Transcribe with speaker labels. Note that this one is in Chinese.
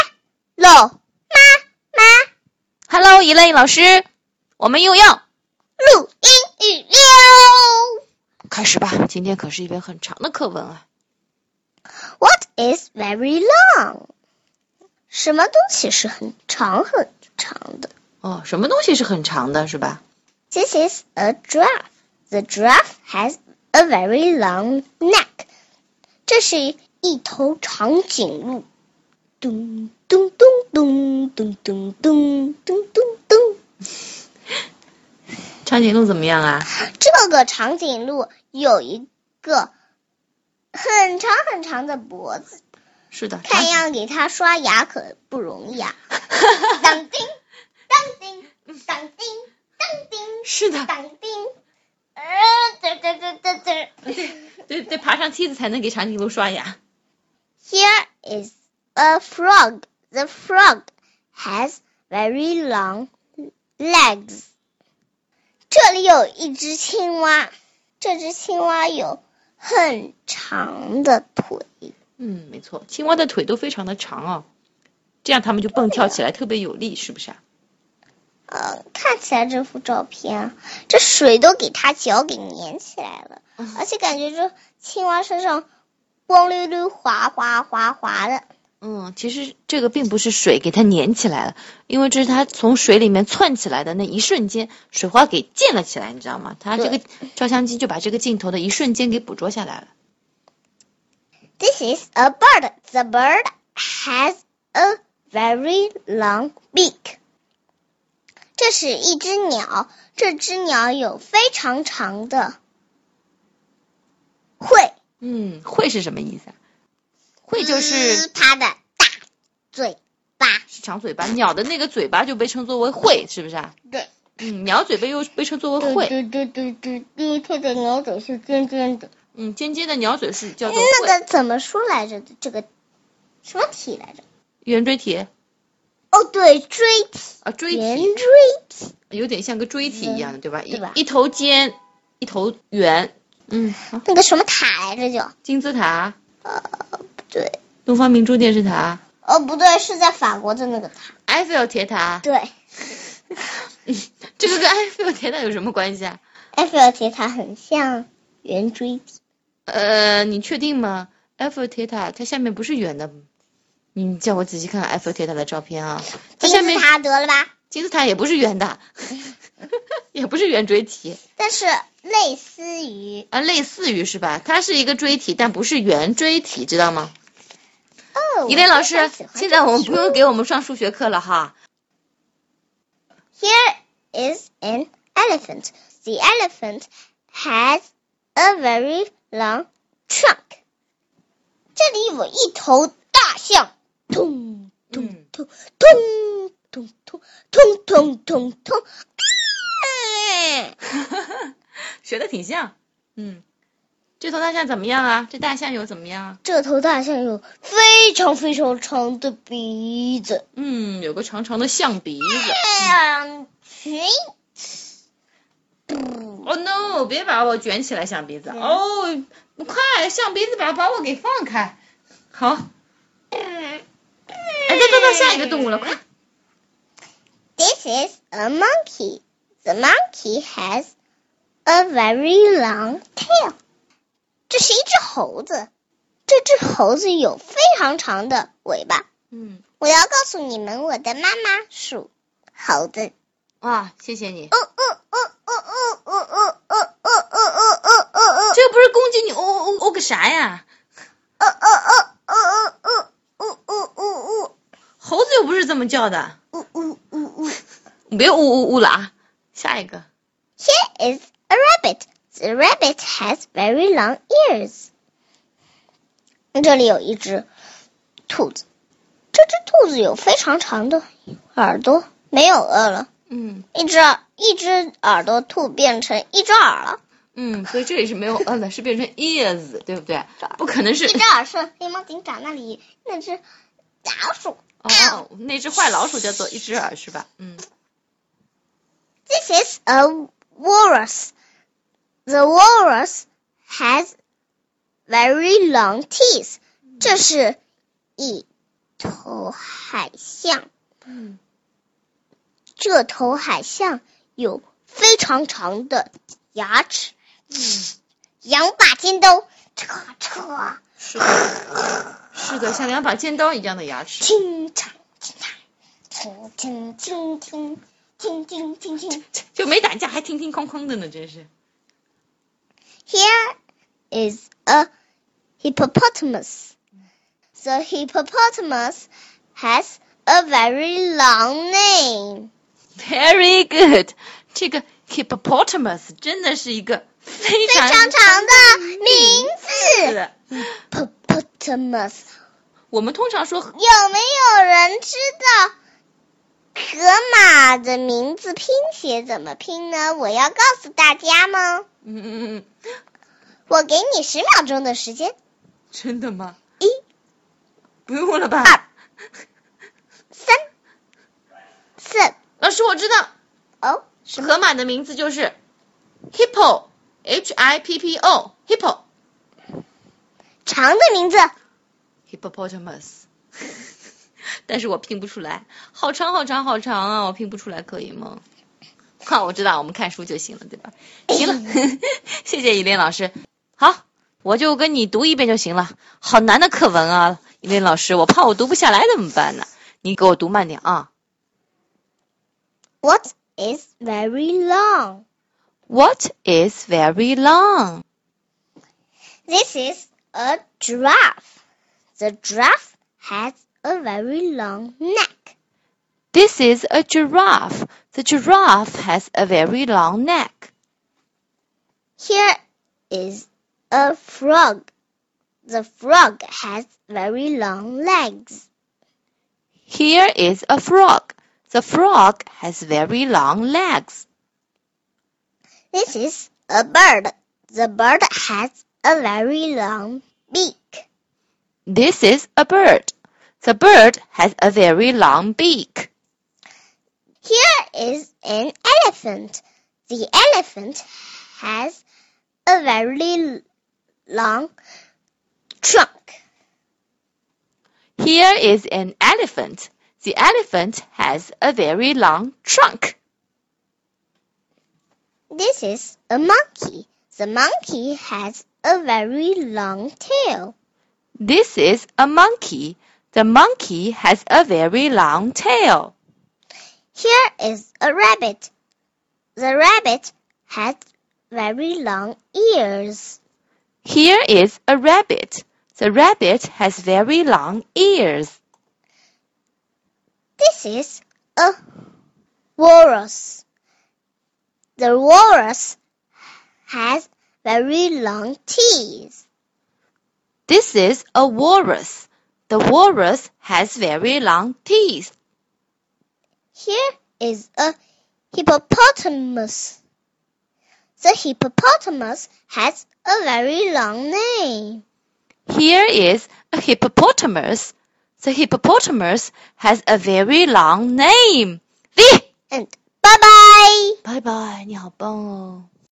Speaker 1: 妈妈，Hello，一类老师，我们又要
Speaker 2: 录英语喽。
Speaker 1: 开始吧。今天可是一篇很长的课文啊。
Speaker 2: What is very long？什么东西是很长很长的
Speaker 1: 哦，什么东西是很长的，是吧？
Speaker 2: ？This is a giraffe. The giraffe has a very long neck. 这是一头长颈鹿。咚咚咚咚咚咚咚咚咚咚。
Speaker 1: 长颈鹿怎么样啊？
Speaker 2: 这个长颈鹿有一个很长很长的脖子。
Speaker 1: 是的，
Speaker 2: 看
Speaker 1: 长
Speaker 2: 样给它刷牙可不容 易啊！当叮，当叮，当叮，当叮，
Speaker 1: 是的，
Speaker 2: 当叮，呃，这这这这这。
Speaker 1: 得得爬上梯子才能给长颈鹿刷牙。
Speaker 2: Here is a frog. The frog has very long legs. 这里有一只青蛙，这只青蛙有很长的腿。
Speaker 1: 嗯，没错，青蛙的腿都非常的长哦，这样它们就蹦跳起来特别有力，是不是啊？
Speaker 2: 呃，看起来这幅照片，啊这水都给它脚给粘起来了，而且感觉这青蛙身上光溜溜、滑滑滑滑的。
Speaker 1: 嗯，其实这个并不是水给它粘起来了，因为这是它从水里面窜起来的那一瞬间，水花给溅了起来，你知道吗？它这个照相机就把这个镜头的一瞬间给捕捉下来了。
Speaker 2: This is a bird. The bird has a very long beak. 这是一只鸟，这只鸟有非常长的喙，
Speaker 1: 嗯，喙是什么意思啊？喙就是
Speaker 2: 呲它的大嘴巴。
Speaker 1: 是长嘴巴，鸟的那个嘴巴就被称作为喙，是不是啊？
Speaker 2: 对。
Speaker 1: 嗯，鸟嘴巴又被称作为喙。
Speaker 2: 对对对对对，它的鸟嘴是尖尖的。
Speaker 1: 嗯，尖尖的鸟嘴是叫做
Speaker 2: 那
Speaker 1: 喙。
Speaker 2: 个怎么说来着？这个什么体来着？
Speaker 1: 圆锥体
Speaker 2: 哦，对，锥体，
Speaker 1: 啊，锥
Speaker 2: 圆
Speaker 1: 体
Speaker 2: 锥体。
Speaker 1: 有点像个锥体一样的，对吧？一
Speaker 2: 对吧
Speaker 1: 一头尖，一头圆。嗯，好
Speaker 2: 那个什么塔来着叫？
Speaker 1: 金字塔，
Speaker 2: 不对，
Speaker 1: 东方明珠电视塔，
Speaker 2: 哦，不对，是在法国的那个塔。
Speaker 1: 埃菲尔铁塔。
Speaker 2: 对，
Speaker 1: 这个跟埃菲尔铁塔有什么关系啊？
Speaker 2: 埃菲尔铁塔很像圆锥体。
Speaker 1: 呃，你确定吗？埃菲尔铁塔它下面不是圆的，你叫我仔细看看埃菲尔铁塔的照片啊，它
Speaker 2: 金
Speaker 1: 下
Speaker 2: 字
Speaker 1: 面
Speaker 2: 塔得了吧？
Speaker 1: 金字塔也不是 圆的，也不是圆锥体
Speaker 2: 但是类似于
Speaker 1: 啊，类似于是吧？它是一个锥体，但不是圆锥体，知道吗？
Speaker 2: 哦，
Speaker 1: 伊磊老师
Speaker 2: 我非常喜，欢
Speaker 1: 现在我们
Speaker 2: 这
Speaker 1: 不
Speaker 2: 本书
Speaker 1: 用给我们上数学课了哈。
Speaker 2: Here is an elephant. The elephant has a very long trunk. 这里有一头大象，咚咚
Speaker 1: 嗯
Speaker 2: 咚咚咚咚咚咚咚咚。啊
Speaker 1: 学的挺像。嗯，这头大象怎么样啊？这大象有怎么样啊？
Speaker 2: 这头大象有非常非常长的鼻子，
Speaker 1: 嗯，有个长长的象鼻子。
Speaker 2: 嗯，群，
Speaker 1: 哦、no！别把我卷起来，象鼻子。哦，快，象鼻子把把我给放开。好，哎，再到到下一个动物了，快。
Speaker 2: This is a monkey. The monkey has a very long tail. 这是一只猴子，这只猴子有非常长的尾巴。
Speaker 1: 嗯，
Speaker 2: 我要告诉你们，我的妈妈属猴子。
Speaker 1: 哇，谢谢你。
Speaker 2: 哦哦哦哦哦哦哦哦哦哦哦哦哦哦
Speaker 1: 这个不是攻击你，哦哦哦哦个啥呀？
Speaker 2: 哦哦哦哦哦哦哦哦
Speaker 1: 猴子又不是这么叫的。
Speaker 2: 哦哦哦哦。
Speaker 1: 你别呜呜呜了啊！下一个，
Speaker 2: Here is a rabbit. The rabbit has very long ears. 这里有一只兔子，这只兔子有非常长的耳朵，没有颚了。
Speaker 1: 嗯
Speaker 2: 一只一只耳朵兔变成一只耳了，
Speaker 1: 嗯，所以这里是没有嗯的，是变成 ears，对不对？不可能是
Speaker 2: 一只耳是黑猫警长那里那只老鼠。
Speaker 1: 哦，那只坏老鼠叫做一只耳是吧？嗯
Speaker 2: This is a walrus. The walrus has very long teeth. 这是一头海象。
Speaker 1: 嗯，
Speaker 2: 这头海象有非常长的牙齿，两把尖刀，叉叉，
Speaker 1: 是的，是的，像两把尖刀一样的牙齿。
Speaker 2: 清长清长，听听听听听听听听。
Speaker 1: 就没打架还听听空空的呢，真是。
Speaker 2: Here is a hippopotamus. The hippopotamus has a very long name.
Speaker 1: Very good，这个 hippopotamus 真的是一个非
Speaker 2: 非
Speaker 1: 常
Speaker 2: 常长的名
Speaker 1: 是
Speaker 2: 字
Speaker 1: 的。
Speaker 2: hippopotamus。
Speaker 1: 我们通常说
Speaker 2: 有没有人知道河马的名字拼写怎么拼呢？我要告诉大家吗？
Speaker 1: 嗯嗯嗯，嗯，
Speaker 2: 我给你十秒钟的时间，
Speaker 1: 真的吗？
Speaker 2: 一、
Speaker 1: 不用了吧？
Speaker 2: 二三、四。
Speaker 1: 老师，我知道，
Speaker 2: 哦，
Speaker 1: 河马的名字就是 hippo，h i p p o，hippo。
Speaker 2: 长的名字
Speaker 1: hippopotamus，但是我拼不出来，好长好长好长啊，我拼不出来，可以吗？好，我知道，我们看书就行了，对吧？行了， 谢谢依琳老师。好，我就跟你读一遍就行了。好难的课文啊，依琳老师，我怕我读不下来怎么办呢？你给我读慢点啊。
Speaker 2: What is very long?
Speaker 1: What is very long?
Speaker 2: This is a giraffe. The giraffe has a very long neck.
Speaker 1: This is a giraffe. The giraffe has a very long neck.
Speaker 2: Here is a frog. The frog has very long legs.
Speaker 1: Here is a frog. The frog has very long legs.
Speaker 2: This is a bird. The bird has a very long beak.
Speaker 1: This is a bird. The bird has a very long beak.
Speaker 2: Here is an elephant. The elephant has a very long trunk.
Speaker 1: Here is an elephant. The elephant has a very long trunk.
Speaker 2: This is a monkey. The monkey has a very long tail.
Speaker 1: This is a monkey. The monkey has a very long tail.
Speaker 2: Here is a rabbit. The rabbit has very long ears.
Speaker 1: Here is a rabbit. The rabbit has very long ears.
Speaker 2: This is a walrus. The walrus has very long teeth.
Speaker 1: This is a walrus. The walrus has very long teeth.
Speaker 2: Here is a hippopotamus. The hippopotamus has a very long name.
Speaker 1: Here is a hippopotamus. The hippopotamus has a very long name. The
Speaker 2: And bye bye!
Speaker 1: bye bye，你好棒哦。